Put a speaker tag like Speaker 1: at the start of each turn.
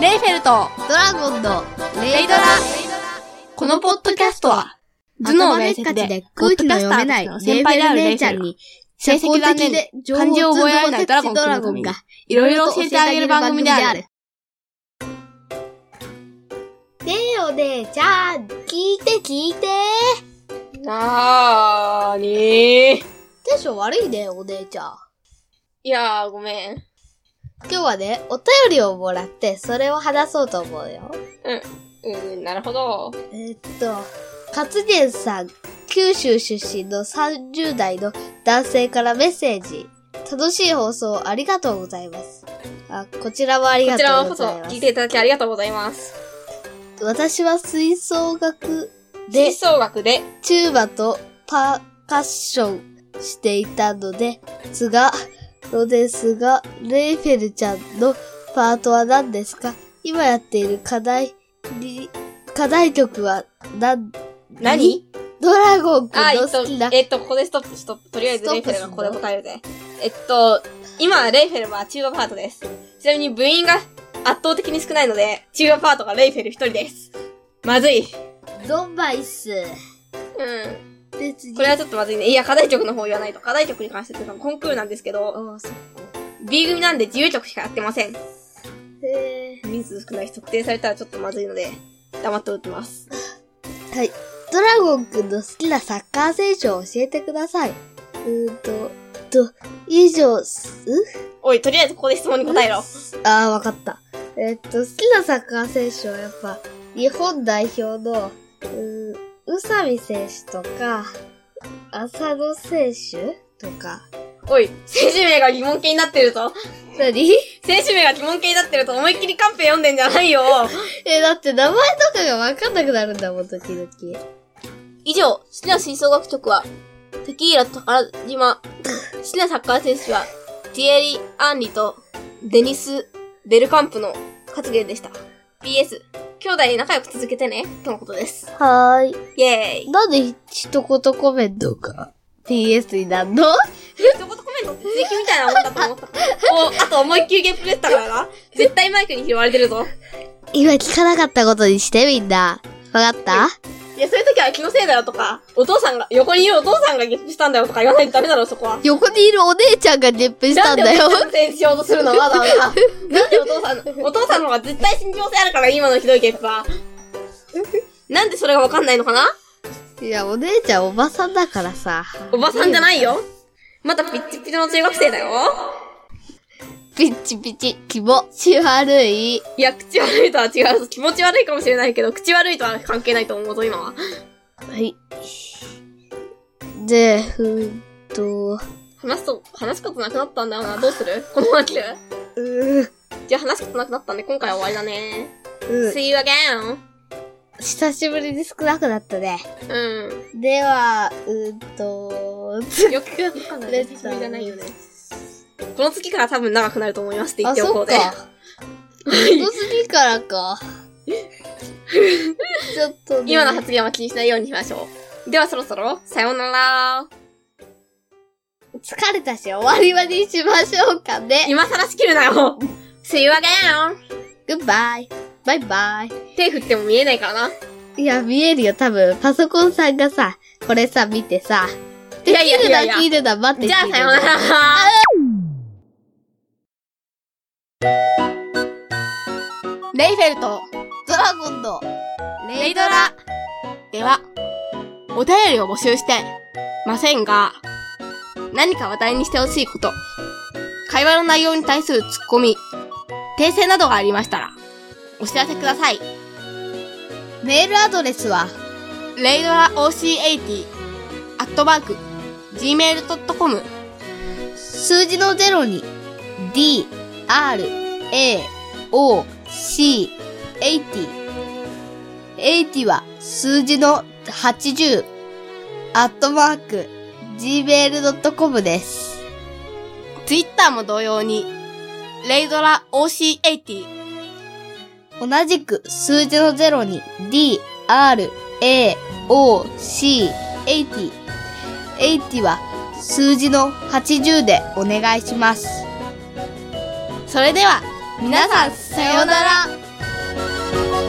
Speaker 1: レイフェルト
Speaker 2: ドラゴンのレイドラ。
Speaker 1: このポッドキャストは、頭脳面積で、ポッド
Speaker 2: 空気
Speaker 1: キ
Speaker 2: の
Speaker 1: ャスタ
Speaker 2: 読め
Speaker 1: ー
Speaker 2: な
Speaker 1: た
Speaker 2: い
Speaker 1: ちの先
Speaker 2: レ
Speaker 1: 輩
Speaker 2: イベ
Speaker 1: であ
Speaker 2: ル
Speaker 1: るレ
Speaker 2: 姉
Speaker 1: イ
Speaker 2: ち
Speaker 1: フ
Speaker 2: ゃ
Speaker 1: ェ
Speaker 2: ん
Speaker 1: ル
Speaker 2: に、
Speaker 1: 成績がね、漢字を覚えられないドラゴンくんのためにいろいろ教えてあげる番組である。。
Speaker 2: ねえお姉ちゃん、聞いて聞いて。
Speaker 1: なーにー。
Speaker 2: テンション悪いね、お姉ちゃん。
Speaker 1: いやー、ごめん。
Speaker 2: 今日はね、お便りをもらって、それを話そうと思うよ。
Speaker 1: うん、なるほど。
Speaker 2: えーっと、勝元さん、九州出身の30代の男性からメッセージ。楽しい放送ありがとうございます。あ、こちらもあり
Speaker 1: こ
Speaker 2: が
Speaker 1: ちら
Speaker 2: とう
Speaker 1: こ
Speaker 2: ご
Speaker 1: そ
Speaker 2: ざいま
Speaker 1: 聞い
Speaker 2: す。
Speaker 1: ていただきありがとうございます。
Speaker 2: 私は吹奏楽で
Speaker 1: 吹、奏楽で、
Speaker 2: チューバとパーカッションしていたのですが、のですが、レイフェルちゃんのパートは何ですか今やっている課題に、課題曲は何
Speaker 1: 何
Speaker 2: ドラゴンく
Speaker 1: あ、え
Speaker 2: んの
Speaker 1: っ
Speaker 2: 好
Speaker 1: と
Speaker 2: きな、、
Speaker 1: えっと、ここでストップ、ストップ。とりあえず、レイフェルがここで答えるぜ。えっと、今、レイフェルは中和パートです。ちなみに部員が圧倒的に少ないので、中和パートがレイフェル一人です。まずい。
Speaker 2: ドンバイス。
Speaker 1: うん。
Speaker 2: で、次。
Speaker 1: これはちょっとまずいね。いや、課題曲の方言わないと。課題曲に関してっていうかコンクールなんですけど、
Speaker 2: おーそっか
Speaker 1: B 組なんで自由曲しかやってません。
Speaker 2: へー
Speaker 1: 人数少ないし、特定されたらちょっとまずいので、黙っておきます。
Speaker 2: はい。ドラゴンくんの好きなサッカー選手を教えてください。うーんと、と、以上、う
Speaker 1: おい、とりあえずここで質問に答えろ。
Speaker 2: あー、わかった。えっと、好きなサッカー選手はやっぱ、日本代表の、うー宇佐美選手とか、浅野選手とか。
Speaker 1: おい、選手名が疑問形になってるぞ。
Speaker 2: 何
Speaker 1: 選手名が疑問形になってると思いっきりカンペ読んでんじゃないよ。
Speaker 2: え、だって名前とかがわかんなくなるんだもん、時々。
Speaker 1: 以上、好きな吹奏楽曲は、テキーラ宝島。好きなサッカー選手は、ティエリ・アンリと、デニス・ベルカンプの活言でした。PS、兄弟で仲良く続けてね、とのことです。
Speaker 2: はーい。
Speaker 1: イェーイ。
Speaker 2: なんで一言コメントが PS になんの
Speaker 1: 一言コメントって追求みたいなもんだと思った。お、あと思いっきりゲップ出てたからな。絶対マイクに拾われてるぞ。
Speaker 2: 今聞かなかったことにしてみんな。わかった、
Speaker 1: はいいや、そういう時は気のせいだよとか、お父さんが、横にいるお父さんがゲップしたんだよとか言わないとダメだろ、そこは。
Speaker 2: 横にいるお姉ちゃんがゲップしたんだよ。
Speaker 1: なんでお父さんのせいにしようとす るのわざ わざ。なんでお父さんの、お父さんの方が絶対信憑性あるから、今のひどいゲップ は。なんでそれがわかんないのかない
Speaker 2: や、お姉ちゃんおばさんだからさ。
Speaker 1: おばさんじゃないよ。またピッチピチの中学生だよ。
Speaker 2: ピッチピチ、気持ち悪い。
Speaker 1: いや、口悪いとは違う。気持ち悪いかもしれないけど、口悪いとは関係ないと思うぞ、今は。
Speaker 2: はい。で、ふんと、
Speaker 1: 話すと、話すことなくなったんだよな。どうするこのまま来る
Speaker 2: うー
Speaker 1: じゃあ話すことなくなったんで、今回は終わりだね。
Speaker 2: うん、
Speaker 1: See you again!
Speaker 2: 久しぶりに少なくなったね。
Speaker 1: う
Speaker 2: では、うーんと、
Speaker 1: ん。 よく考 えたらじゃないよね。この月から多分長くなると思いますって言
Speaker 2: あ、
Speaker 1: っておこ
Speaker 2: そうっ
Speaker 1: で。
Speaker 2: か。こ次か らか。ちょっと、ね、
Speaker 1: 今の発言は気にしないようにしましょう。ではそろそろ、さようなら。
Speaker 2: 疲れたし、終わりまでにしましょうかね。
Speaker 1: 今更仕切るなよ !See you again!
Speaker 2: グッバイ。バイバイ。
Speaker 1: 手振っても見えないからな。
Speaker 2: いや、見えるよ、多分。パソコンさんがさ、これさ、見てさ。
Speaker 1: い
Speaker 2: で
Speaker 1: やいや
Speaker 2: き
Speaker 1: い
Speaker 2: る
Speaker 1: やい
Speaker 2: な、
Speaker 1: や
Speaker 2: 聞いるな、待って。
Speaker 1: じゃあ
Speaker 2: 聞い
Speaker 1: さ
Speaker 2: て
Speaker 1: よう
Speaker 2: な
Speaker 1: なら
Speaker 2: レイフェルト、ドラゴンの、
Speaker 1: レイドラでは、お便りを募集してませんが、何か話題にしてほしいこと、会話の内容に対するツッコミ、訂正などがありましたら、お知らせください。
Speaker 2: メールアドレスは、
Speaker 1: レイドラ OC80、アットマーク、gmail.com、
Speaker 2: 数字の0に、d, r, a, o, c, 80。80は数字の80、アットマーク、gmail.com です。
Speaker 1: Twitter も同様に、レイドラ OC80、
Speaker 2: 同じく数字の0に D, R, A, O, C, 80。80は数字の80でお願いします。
Speaker 1: それでは、皆さん、さようなら
Speaker 2: ら